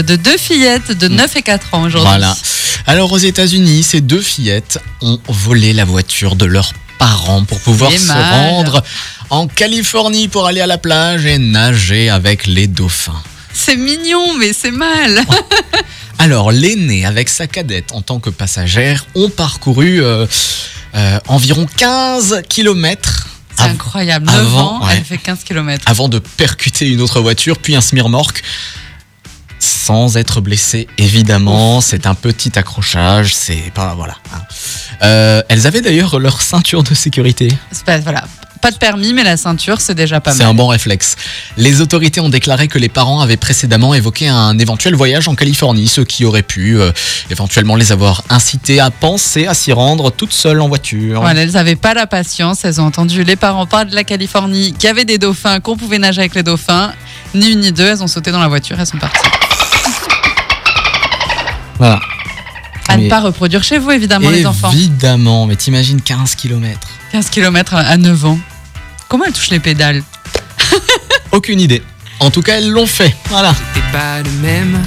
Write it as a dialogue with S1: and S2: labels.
S1: de deux fillettes de 9 et 4 ans aujourd'hui.
S2: Mm. Voilà. Alors aux États-Unis, ces deux fillettes ont volé la voiture de leurs parents pour pouvoir
S1: C'est
S2: se
S1: mal.
S2: rendre en Californie pour aller à la plage et nager avec les dauphins.
S1: C'est mignon, mais c'est mal.
S2: Alors l'aînée avec sa cadette en tant que passagère ont parcouru euh, euh, environ 15 kilomètres
S1: C'est incroyable. 9
S2: avant,
S1: ans,
S2: ouais.
S1: elle fait 15 km.
S2: avant de percuter une autre voiture, puis un smirmorque. Sans être blessé, évidemment, c'est un petit accrochage, c'est pas. Voilà. hein. Euh, elles avaient d'ailleurs leur ceinture de sécurité.
S1: C'est pas, voilà. pas de permis, mais la ceinture, c'est déjà pas
S2: C'est
S1: mal.
S2: un bon réflexe. Les autorités ont déclaré que les parents avaient précédemment évoqué un éventuel voyage en Californie, ce qui aurait pu euh, éventuellement les avoir incités à penser à s'y rendre toutes seules en voiture.
S1: Voilà, elles n'avaient pas la patience, elles ont entendu les parents parler de la Californie, qu'il y avait des dauphins, qu'on pouvait nager avec les dauphins. Ni une ni deux, elles ont sauté dans la voiture, elles sont parties.
S2: Voilà.
S1: À
S2: Mais
S1: ne pas reproduire chez vous, évidemment, les enfants.
S2: Évidemment, mais t'imagines 15 km.
S1: 15 km à 9 ans. Comment elles touchent les pédales
S2: Aucune idée. En tout cas, elles l'ont fait. Voilà.
S3: T'es pas le même